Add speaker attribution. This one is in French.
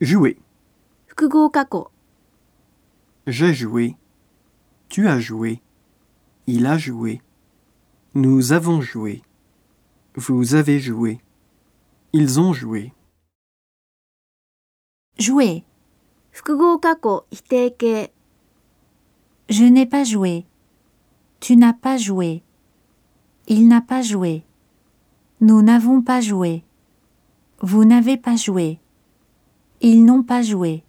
Speaker 1: Jouer.
Speaker 2: 複合過去、
Speaker 1: J'ai joué. Tu as joué. Il a joué. Nous avons joué. Vous avez joué. Ils ont joué.
Speaker 3: jouer.
Speaker 2: 複合過去否定形、
Speaker 3: Je n'ai pas joué. Tu n'as pas joué. Il n'a pas joué. Nous n'avons pas joué. Vous n'avez pas joué. Ils n'ont pas joué.